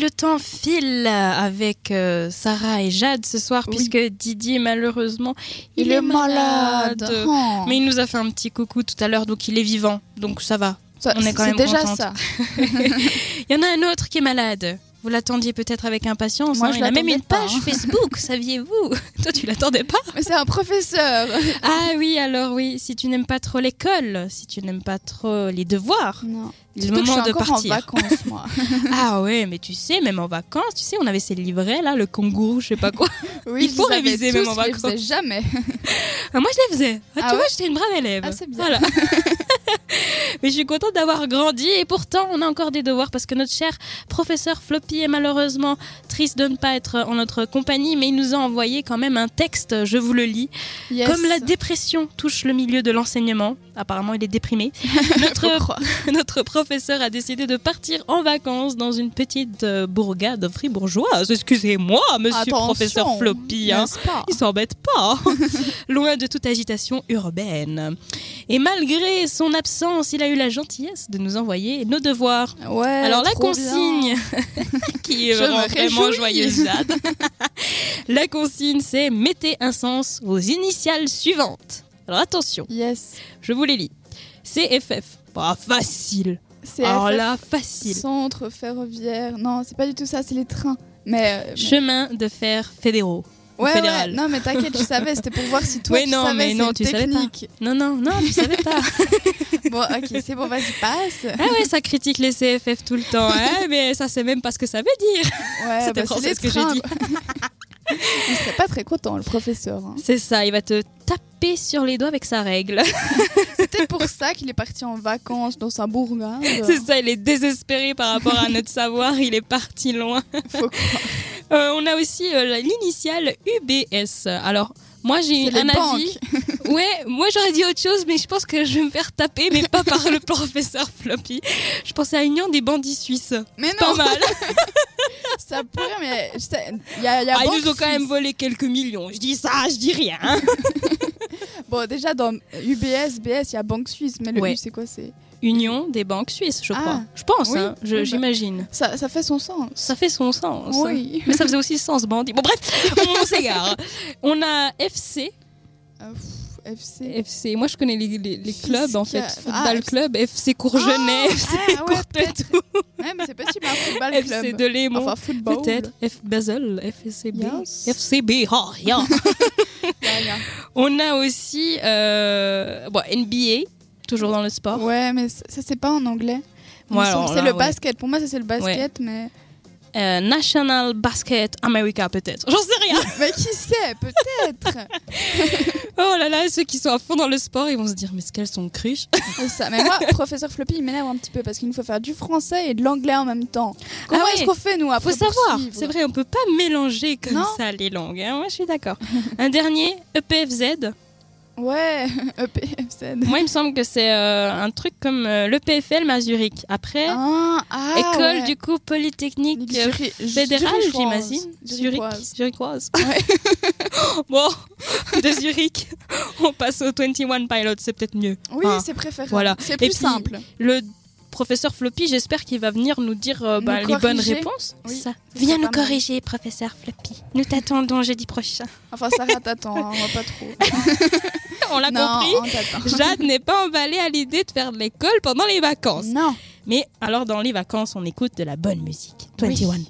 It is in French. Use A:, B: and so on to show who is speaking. A: le temps file avec euh, Sarah et Jade ce soir,
B: Oui.
A: puisque Didier, malheureusement, il,
B: Il est malade. Oh.
A: Mais il nous a fait un petit coucou tout à l'heure, donc il est vivant, donc ça va.
B: Ça,
A: on est quand
B: c'est
A: même
B: déjà
A: contente.
B: ça.
A: Il y en a un autre qui est malade. Vous l'attendiez peut-être avec impatience.
B: Moi,
A: hein.
B: je
A: il a même
B: l'attendais
A: une
B: pas,
A: page
B: hein.
A: Facebook, saviez-vous Toi, tu l'attendais pas
B: Mais c'est un professeur.
A: Ah oui, alors oui, si tu n'aimes pas trop l'école, si tu n'aimes pas trop les devoirs,
B: Non.
A: le
B: Surtout que je
A: moment
B: suis
A: de
B: encore
A: partir.
B: en vacances, moi.
A: Ah ouais, mais tu sais, même en vacances, tu sais, on avait ces livrets là, le kangourou, je sais pas quoi.
B: Oui,
A: Il faut
B: je les avais
A: réviser,
B: tous,
A: même en
B: je les faisais
A: vacances.
B: jamais.
A: Ah, moi, je les faisais. Ah,
B: Ah
A: tu
B: ouais
A: vois, j'étais une brave élève.
B: Ah, c'est bien.
A: Voilà. mais je suis contente d'avoir grandi et pourtant, on a encore des devoirs parce que notre cher professeur Floppy est malheureusement triste de ne pas être en notre compagnie, mais il nous a envoyé quand même un texte, je vous le lis.
B: Yes.
A: Comme la dépression touche le milieu de l'enseignement, apparemment, il est déprimé. Notre notre professeur a décidé de partir en vacances dans une petite euh, bourgade fribourgeoise. Excusez-moi, monsieur
B: Attention,
A: professeur Floppy. hein.
B: n'est-ce pas
A: Il s'embête pas, hein. loin de toute agitation urbaine. Et malgré son absence, il a eu la gentillesse de nous envoyer nos devoirs.
B: Ouais,
A: Alors la
B: Ah, trop bien.
A: consigne, qui est
B: Je
A: vraiment,
B: me réjouis.
A: vraiment joyeuse, Jade. la consigne, c'est mettez un sens aux initiales suivantes. Alors attention,
B: Yes.
A: je vous les lis. CFF. Pas facile.
B: C'est
A: Alors
B: FF,
A: là, facile.
B: centre ferroviaire. Non, c'est pas du tout ça, c'est les trains. Mais, euh, mais-
A: Chemin de fer fédéraux. ou
B: ouais,
A: fédéral.
B: ouais. Non, mais t'inquiète, je savais, c'était pour voir si toi
A: Ouais,
B: tu
A: non,
B: savais,
A: mais
B: c'est
A: non,
B: une
A: tu savais pas.
B: technique.
A: Non, non, non, tu savais pas.
B: Bon, OK, c'est bon, vas-y, passe.
A: ah ouais, ça critique les CFF tout le temps, hein, mais ça c'est même pas ce que ça veut dire.
B: Ouais,
A: C'était
B: bah, c'est
A: français
B: les
A: ce que j'ai
B: trains.
A: dit.
B: Il serait pas très content, le professeur. hein.
A: C'est ça, il va te taper sur les doigts avec sa règle.
B: C'était pour ça qu'il est parti en vacances dans sa bourgade.
A: C'est ça, il est désespéré par rapport à notre savoir, il est parti loin.
B: Faut croire.
A: Euh, on a aussi euh, la- l'initiale UBS. Alors, moi j'ai
B: C'est
A: eu un
B: les
A: avis. Ouais, moi j'aurais dit autre chose, mais je pense que je vais me faire taper, mais pas par le professeur Floppy. Je pensais à Union des bandits suisses.
B: Mais
A: Pas
B: non,
A: mal.
B: ça pourrait, mais je sais- il y a, il y a
A: Ah, ils
B: Banque
A: nous ont quand
B: Suisse.
A: même volé quelques millions. Je dis ça, je dis rien.
B: Bon, déjà dans UBS, BS, il y a Banque Suisse, mais le
A: Ouais.
B: U, c'est quoi c'est
A: Union des banques suisses, je
B: Ah.
A: crois. Je pense,
B: Oui.
A: hein, je-
B: Oui, bah.
A: j'imagine.
B: ça, ça fait son sens.
A: Ça fait son sens.
B: Oui.
A: Mais ça faisait aussi sens bandit. Bon, bref, on s'égare. On a FC.
B: Euh, pff, FC.
A: FC. Moi, je connais les, les- les clubs, en fait.
B: Fiscal. Ah,
A: Football
B: FC.
A: club, FC Courgenay, FC
B: ah, ouais,
A: Courpetou,
B: Ouais, mais c'est possible, un football
A: FC
B: club.
A: Delémont.
B: Enfin, football.
A: Peut-être F Basel, FCB,
B: Yes.
A: FCB, oh, yeah.
B: Ouais, ouais.
A: On a aussi euh, bon, NBA, toujours dans le sport.
B: Ouais, mais ça, ça, c'est pas en anglais. Il
A: Ouais,
B: me semble
A: alors
B: que
A: là,
B: c'est le
A: ouais.
B: basket. Pour moi, ça, c'est le basket, mais.
A: Euh, National Basket America peut-être. J'en sais rien.
B: Mais qui sait, peut-être
A: Oh là là, ceux qui sont à fond dans le sport, ils vont se dire mais ce qu'elles sont cruches.
B: C'est ça. Mais moi, professeur Floppy, il m'énerve un petit peu parce qu'il nous faut faire du français et de l'anglais en même temps. Comment
A: ouais.
B: est-ce qu'on fait, nous,
A: Ah Faut
B: après pour
A: savoir,
B: suivre
A: c'est vrai, on peut pas mélanger comme
B: Non.
A: ça les langues. hein. Moi, je suis d'accord. Un dernier EPFZ.
B: Ouais, E EPFZ.
A: Moi, il me semble que c'est euh, un truc comme le PFL mais à Zurich. Après,
B: Ah, ah,
A: école
B: ouais.
A: du coup polytechnique euh,
B: Zuri-
A: fédérale,
B: Zurichoise.
A: j'imagine. Zurich,
B: Zurichoise.
A: Zurichoise.
B: Ouais.
A: bon, de Zurich, on passe au 21 Pilot, c'est peut-être mieux.
B: Oui,
A: Ah.
B: c'est préférable.
A: Voilà.
B: C'est
A: Et
B: plus
A: puis,
B: simple.
A: le professeur Floppy, j'espère qu'il va venir nous dire euh, bah,
B: Nous
A: les bonnes
B: corriger.
A: réponses.
B: Oui,
A: Ça.
B: serait
A: Viens
B: pas
A: nous
B: mal.
A: corriger, professeur Floppy. Nous t'attendons jeudi prochain.
B: Enfin, Sarah t'attend, hein, on va pas trop.
A: On l'a
B: non,
A: compris.
B: on t'attend.
A: Jade n'est pas emballée à l'idée de faire de l'école pendant les vacances.
B: Non.
A: Mais alors, dans les vacances, on écoute de la bonne musique. 21 Pilots.